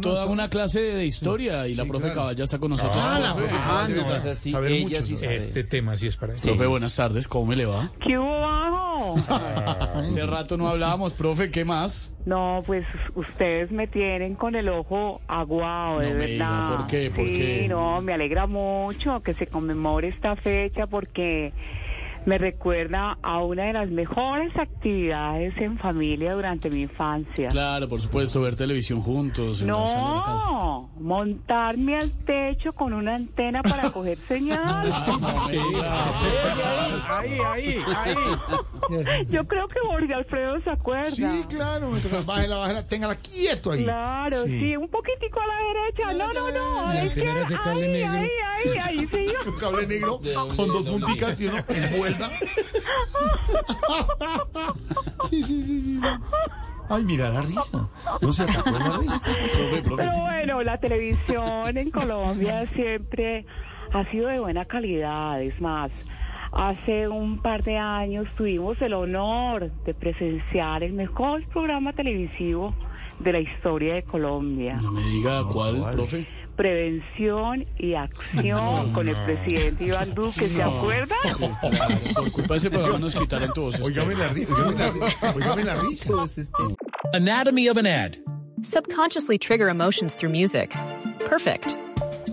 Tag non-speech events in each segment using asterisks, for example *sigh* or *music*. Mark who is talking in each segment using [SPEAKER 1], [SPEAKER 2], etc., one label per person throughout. [SPEAKER 1] Toda una clase de historia y la profe
[SPEAKER 2] claro.
[SPEAKER 1] Caballa está con nosotros. profe.
[SPEAKER 2] Ah, no, saber
[SPEAKER 3] ella
[SPEAKER 2] mucho,
[SPEAKER 3] sí
[SPEAKER 2] ¿no?
[SPEAKER 3] sabe.
[SPEAKER 2] Este tema sí es para eso.
[SPEAKER 1] Profe, buenas tardes, ¿cómo me le va?
[SPEAKER 4] ¿Qué hubo bajo?
[SPEAKER 2] Ah.
[SPEAKER 1] Hace rato no hablábamos, profe, ¿qué más?
[SPEAKER 4] *laughs* No, pues ustedes me tienen con el ojo aguado, de
[SPEAKER 1] No me diga,
[SPEAKER 4] verdad.
[SPEAKER 1] ¿por qué? ¿Por
[SPEAKER 4] sí,
[SPEAKER 1] qué?
[SPEAKER 4] no, me alegra mucho que se conmemore esta fecha porque me recuerda a una de las mejores actividades en familia durante mi infancia.
[SPEAKER 1] Claro, por supuesto, ver televisión juntos en la sala de la casa.
[SPEAKER 4] No, montarme al techo con una antena
[SPEAKER 1] *laughs*
[SPEAKER 4] para coger señal.
[SPEAKER 1] No me diga.
[SPEAKER 2] Ahí, ahí, ahí.
[SPEAKER 4] Yo creo que Jorge Alfredo se acuerda.
[SPEAKER 2] Sí, claro. mientras Bájela, bájela, téngala quieto ahí.
[SPEAKER 4] Claro, sí. un poquitico a la derecha. No, no, no.
[SPEAKER 2] Y al
[SPEAKER 4] es que
[SPEAKER 2] tener ese cable
[SPEAKER 4] ahí,
[SPEAKER 2] negro.
[SPEAKER 4] ahí, ahí, ahí, sí.
[SPEAKER 2] Un cable negro con dos punticas y uno envuelta. Sí, sí, sí, sí, sí. Ay, mira la risa. No se atacó la risa.
[SPEAKER 1] Profe, profe.
[SPEAKER 4] Pero bueno, la televisión en Colombia siempre ha sido de buena calidad. Es más, hace un par de años tuvimos el honor de presenciar el mejor programa televisivo de la historia de Colombia.
[SPEAKER 1] No me diga cuál, profe.
[SPEAKER 4] Prevención y acción con el presidente Iván Duque, ¿se acuerdan?
[SPEAKER 1] Sí, claro, Por culpa de ese programa nos quitaron tu voz.
[SPEAKER 2] Óigame la risa. Óigame la risa. Óigame la risa.
[SPEAKER 5] Anatomy of an ad.
[SPEAKER 6] Subconsciously trigger emotions through music. Perfect.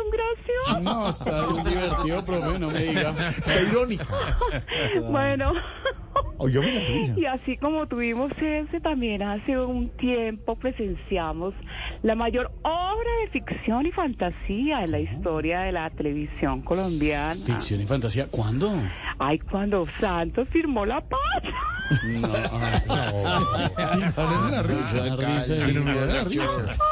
[SPEAKER 4] un gracioso.
[SPEAKER 1] No, está bien divertido, profe, no me diga.
[SPEAKER 2] Sea irónica.
[SPEAKER 4] Bueno,
[SPEAKER 2] Óigame la risa.
[SPEAKER 4] y así como tuvimos ese, también hace un tiempo presenciamos la mayor obra de ficción y fantasía en la historia de la televisión colombiana.
[SPEAKER 1] Ficción y fantasía, ¿cuándo?
[SPEAKER 4] Ay, cuando Santos firmó la paz. *laughs*
[SPEAKER 1] No,
[SPEAKER 2] Óigame la risa.
[SPEAKER 1] la risa, y-
[SPEAKER 2] Óigame la risa.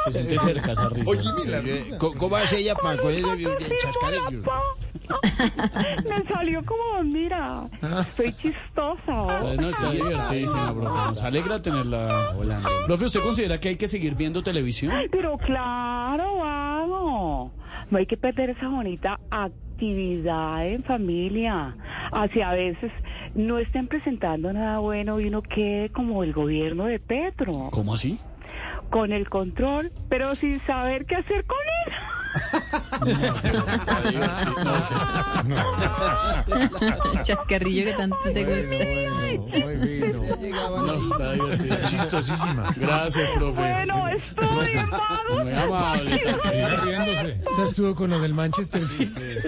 [SPEAKER 1] se siente cerca esa risa.
[SPEAKER 2] Óigame la risa.
[SPEAKER 3] Co- ¿Cómo hace ella para coger el
[SPEAKER 4] ¡Firmó
[SPEAKER 3] chascarrillo?
[SPEAKER 4] la paz! *laughs* Me salió como, mira, soy chistosa. ¿oh?
[SPEAKER 1] Bueno, está divertidísima, profe. Nos alegra tenerla. Holanda. Profe, ¿usted considera que hay que seguir viendo televisión?
[SPEAKER 4] Pero claro, vamos. No hay que perder esa bonita actividad en familia. Así a veces no estén presentando nada bueno y uno quede como el gobierno de Petro,
[SPEAKER 1] ¿Cómo así?
[SPEAKER 4] con el control, pero sin saber qué hacer con él.
[SPEAKER 7] *laughs* Chascarrillo que tanto te gusta.
[SPEAKER 1] No, está
[SPEAKER 2] Es
[SPEAKER 1] divertidísima.
[SPEAKER 2] chistosísima.
[SPEAKER 1] Gracias, profe.
[SPEAKER 4] Bueno, estoy bien, vamos.
[SPEAKER 1] Muy amable. tan feliz.
[SPEAKER 8] Esa estuvo con lo del Manchester City.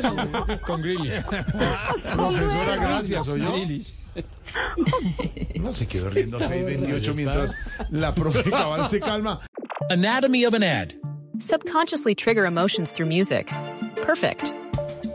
[SPEAKER 3] Con Grilly.
[SPEAKER 2] Profesora, gracias, ¿oyó? No se quedó riendo 628 mientras la profe Cabal se calma.
[SPEAKER 5] Anatomy of an ad.
[SPEAKER 6] Subconsciously trigger emotions through music. Perfect.